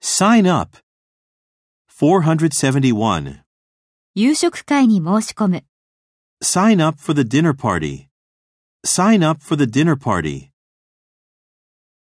Sign up. 471. 夕食会に申し込む。 Sign up for the dinner party. Sign up for the dinner party.